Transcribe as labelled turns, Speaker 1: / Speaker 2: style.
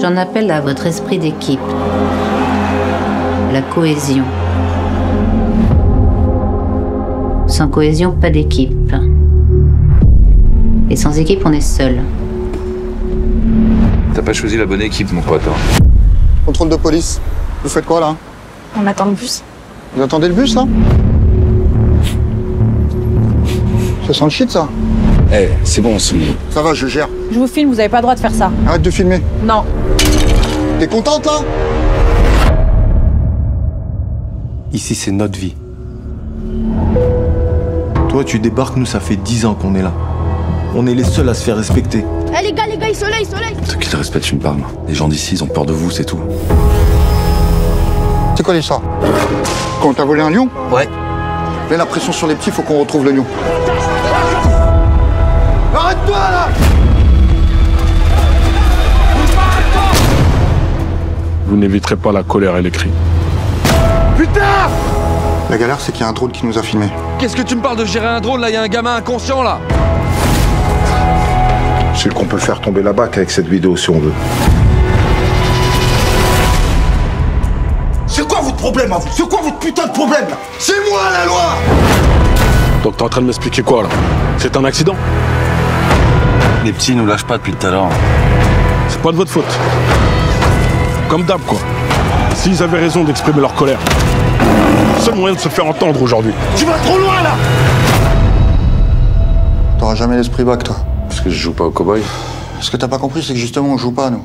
Speaker 1: J'en appelle à votre esprit d'équipe, la cohésion. Sans cohésion, pas d'équipe. Et sans équipe, on est seul.
Speaker 2: T'as pas choisi la bonne équipe, mon pote. hein.
Speaker 3: Contrôle de police. Vous faites quoi là
Speaker 4: On attend le bus.
Speaker 3: Vous attendez le bus là Ça sent le shit ça
Speaker 5: Eh, c'est bon, c'est
Speaker 3: Ça va, je gère.
Speaker 6: Je vous filme, vous n'avez pas le droit de faire ça.
Speaker 3: Arrête de filmer.
Speaker 6: Non.
Speaker 3: T'es contente là
Speaker 7: Ici, c'est notre vie. Toi, tu débarques, nous, ça fait 10 ans qu'on est là. On est les seuls à se faire respecter.
Speaker 4: Eh les gars, les gars, il soleil, soleil
Speaker 5: Ceux qui te respectent, tu me parles. Les gens d'ici, ils ont peur de vous, c'est tout.
Speaker 3: C'est quoi l'histoire Quand t'as volé un lion
Speaker 5: Ouais.
Speaker 3: Mets la pression sur les petits, faut qu'on retrouve le lion. Arrête-toi là
Speaker 8: Vous n'éviterez pas la colère et les cris.
Speaker 3: La galère, c'est qu'il y a un drone qui nous a filmé.
Speaker 9: Qu'est-ce que tu me parles de gérer un drone là Il y a un gamin inconscient là
Speaker 10: C'est qu'on peut faire tomber la bac avec cette vidéo si on veut.
Speaker 3: C'est quoi votre problème à vous C'est quoi votre putain de problème là C'est moi la loi
Speaker 8: Donc t'es en train de m'expliquer quoi là C'est un accident
Speaker 5: Les petits nous lâchent pas depuis tout à l'heure.
Speaker 8: C'est pas de votre faute. Comme d'hab quoi. S'ils avaient raison d'exprimer leur colère. Seul moyen de se faire entendre aujourd'hui.
Speaker 3: T'auras jamais l'esprit bac toi.
Speaker 5: Parce que je joue pas au cowboy.
Speaker 3: Ce que t'as pas compris, c'est que justement, on joue pas nous.